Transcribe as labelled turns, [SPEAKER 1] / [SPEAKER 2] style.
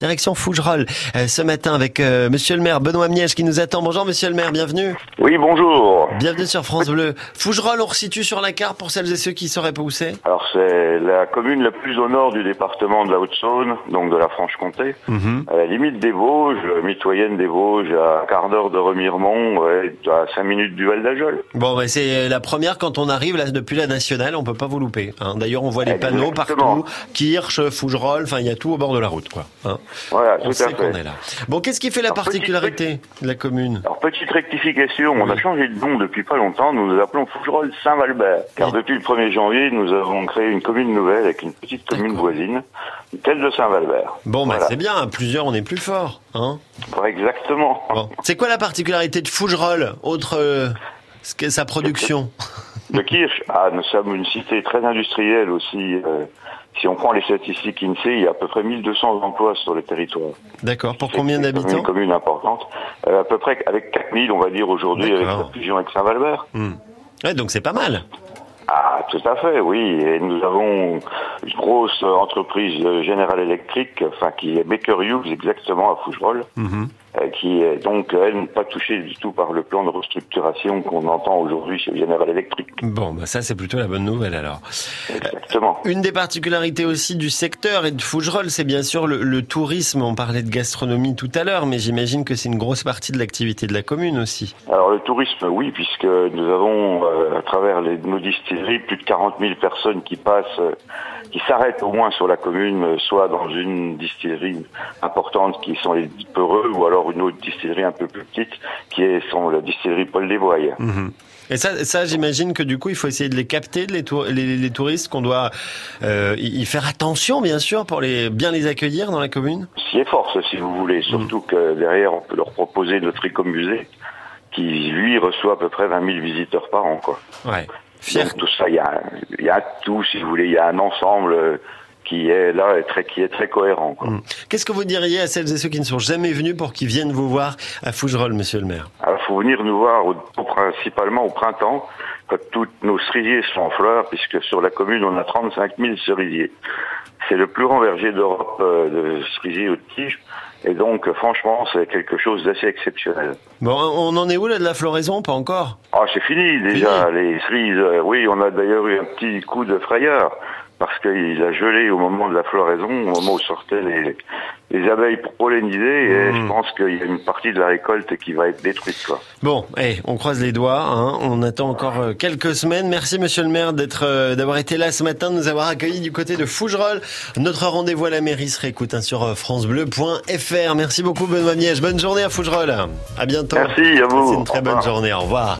[SPEAKER 1] Direction Fougerolles euh, ce matin avec euh, Monsieur le maire Benoît Miège qui nous attend. Bonjour Monsieur le maire, bienvenue.
[SPEAKER 2] Oui, bonjour.
[SPEAKER 1] Bienvenue sur France Bleu. Fougerolles, on resitue sur la carte pour celles et ceux qui ne sauraient pas où c'est.
[SPEAKER 2] Alors c'est la commune la plus au nord du département de la Haute-Saône, donc de la Franche-Comté, à la limite des Vosges, euh, mitoyenne des Vosges, à un quart d'heure de Remiremont, ouais, à cinq minutes du Val d'Ajol.
[SPEAKER 1] Bon, bah, c'est la première quand on arrive là depuis la nationale, on peut pas vous louper. hein. D'ailleurs, on voit les panneaux
[SPEAKER 2] Exactement.
[SPEAKER 1] partout, Kirch, Fougerolles, enfin il y a tout au bord de la route quoi. hein.
[SPEAKER 2] Voilà,
[SPEAKER 1] On
[SPEAKER 2] tout à
[SPEAKER 1] sait qu'on
[SPEAKER 2] fait.
[SPEAKER 1] est là. Bon, qu'est-ce qui fait la
[SPEAKER 2] Alors, petite-
[SPEAKER 1] particularité de la commune
[SPEAKER 2] Alors petite rectification, on a
[SPEAKER 1] Oui.
[SPEAKER 2] changé de nom depuis pas longtemps, nous nous appelons Fougerolles Saint-Valbert, car depuis le 1er janvier, nous avons créé une commune nouvelle avec une petite commune
[SPEAKER 1] D'accord.
[SPEAKER 2] voisine, telle de Saint-Valbert.
[SPEAKER 1] Bon, bah,
[SPEAKER 2] Voilà.
[SPEAKER 1] c'est bien, à plusieurs on est plus fort. Hein
[SPEAKER 2] Exactement.
[SPEAKER 1] Bon. C'est quoi la particularité de Fougerolles, autre euh, ce que sa production
[SPEAKER 2] Le Kirch, ah, nous sommes une cité très industrielle aussi. euh, si on prend les statistiques INSEE, il y a à peu près 1200 emplois sur le territoire.
[SPEAKER 1] D'accord, pour combien
[SPEAKER 2] C'est
[SPEAKER 1] d'habitants
[SPEAKER 2] Une commune importante. Euh, à peu près avec 4000, on va dire aujourd'hui, avec
[SPEAKER 1] D'accord.
[SPEAKER 2] la fusion avec Saint-Valbert.
[SPEAKER 1] Ouais, donc c'est pas mal.
[SPEAKER 2] Ah, tout à fait, oui. Et nous avons une grosse euh, entreprise euh, General Electric, enfin, qui est Baker Hughes, exactement, à Fougerolles,
[SPEAKER 1] Mhm.
[SPEAKER 2] euh, qui est donc, euh, elle, n'est pas touchée du tout par le plan de restructuration qu'on entend aujourd'hui chez General Electric.
[SPEAKER 1] Bon, bah ça c'est plutôt la bonne nouvelle alors.
[SPEAKER 2] Exactement.
[SPEAKER 1] Une des particularités aussi du secteur et de Fougerolles, c'est bien sûr le, le tourisme. On parlait de gastronomie tout à l'heure, mais j'imagine que c'est une grosse partie de l'activité de la commune aussi.
[SPEAKER 2] Alors le tourisme, oui, puisque nous avons euh, à travers les, nos distilleries plus de 40 000 personnes qui passent, euh, qui s'arrêtent au moins sur la commune, euh, soit dans une distillerie importante qui sont les Peureux, ou alors une autre distillerie un peu plus petite qui est sont la distillerie Paul Desvoyes.
[SPEAKER 1] Et ça, ça j'imagine que du coup, il faut essayer de les capter, de les, tour- les, les touristes, qu'on doit euh, y y faire attention bien sûr pour les bien les accueillir dans la commune.
[SPEAKER 2] S'y efforce, si vous voulez, surtout que derrière on peut leur proposer notre écomusée qui lui reçoit à peu près 20 000 visiteurs par an, quoi.
[SPEAKER 1] Ouais. Fier.
[SPEAKER 2] Donc, tout ça, il y a, il y a tout, si vous voulez, il y a un ensemble euh, qui est là, et très, qui est très cohérent. Quoi.
[SPEAKER 1] Qu'est-ce que vous diriez à celles et ceux qui ne sont jamais venus pour qu'ils viennent vous voir à Fougerolles, monsieur le maire
[SPEAKER 2] Alors, Ah, faut venir nous voir au- au- principalement au printemps, quand toutes nos cerisiers sont en fleurs, puisque sur la commune, on a 35 000 cerisiers. C'est le plus grand verger d'Europe euh, de cerisiers ou de tiges. Et donc, euh, franchement, c'est quelque chose d'assez exceptionnel.
[SPEAKER 1] Bon, on en est où là de la floraison Pas encore
[SPEAKER 2] Ah, c'est fini déjà, les cerises. euh, oui, on a d'ailleurs eu un petit coup de frayeur, parce qu'il a gelé au moment de la floraison, au moment où sortaient les, les abeilles pour polliniser.
[SPEAKER 1] Hmm.
[SPEAKER 2] Et je pense qu'il y a une partie de la récolte qui va être détruite. Quoi.
[SPEAKER 1] Bon, eh, on croise les doigts. hein. On attend encore euh, quelques semaines. Merci, Monsieur le Maire, d'être, euh, d'avoir été là ce matin, de nous avoir accueillis du côté de Fougerolles. Notre rendez-vous à la mairie se réécoute hein, sur euh, francebleu.fr. Merci beaucoup, Benoît Miège. Bonne journée à Fougerolles. À bientôt.
[SPEAKER 2] Merci à vous.
[SPEAKER 1] Passez une très
[SPEAKER 2] Au
[SPEAKER 1] bonne
[SPEAKER 2] revoir.
[SPEAKER 1] journée. Au revoir.